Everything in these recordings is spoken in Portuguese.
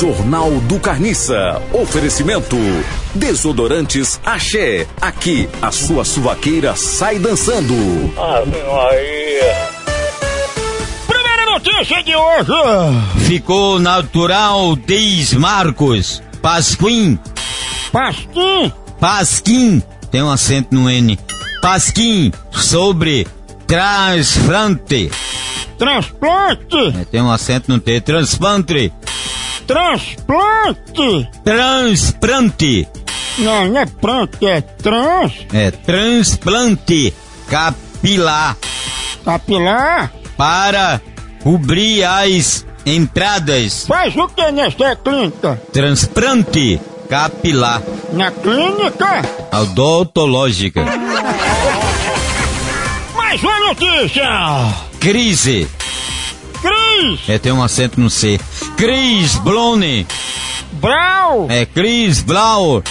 Jornal do Carniça. Oferecimento. Desodorantes Axé. Aqui, a sua suvaqueira sai dançando. Ave Maria. Primeira notícia de hoje. Ficou natural Deis Marcos. Pasquim. Pasquim. Pasquim. Tem um acento no N. Pasquim. Sobre transfrante. Transplante. É, Tem um acento no T. Transplante. Transplante. Transplante. Não, não é pronto, é trans. É transplante capilar Capilar. para cobrir as entradas. Faz o que nessa clínica? Transplante capilar Na clínica? odontológica. Mais uma notícia. Crise. Cris. É, tem um acento no C. Cris Blone. Brau. É Cris Blau.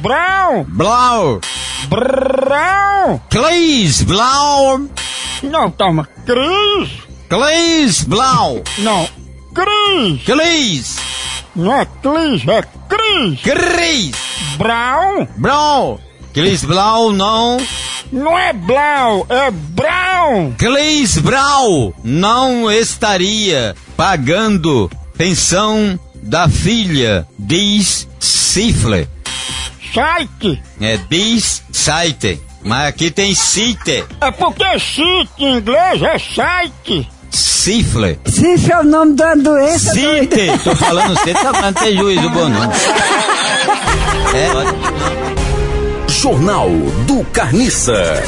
Brau. Blau. Brau. Cris Blau. Não, toma. Cris. Cris Blau. Não. Cris. Cris. Não é Clis, é Cris. Cris. Brau. Blau. Cris Blau não. Não é Blau, é Brown. Cleis Brau não estaria pagando pensão da filha, diz Cifle. Site. É, diz site. Mas aqui tem site. É porque site em inglês é site. Cifle. Cifre é o nome da doença. Site. Tô falando você, tá falando tem juízo É, bom não. É, Jornal do Carniça.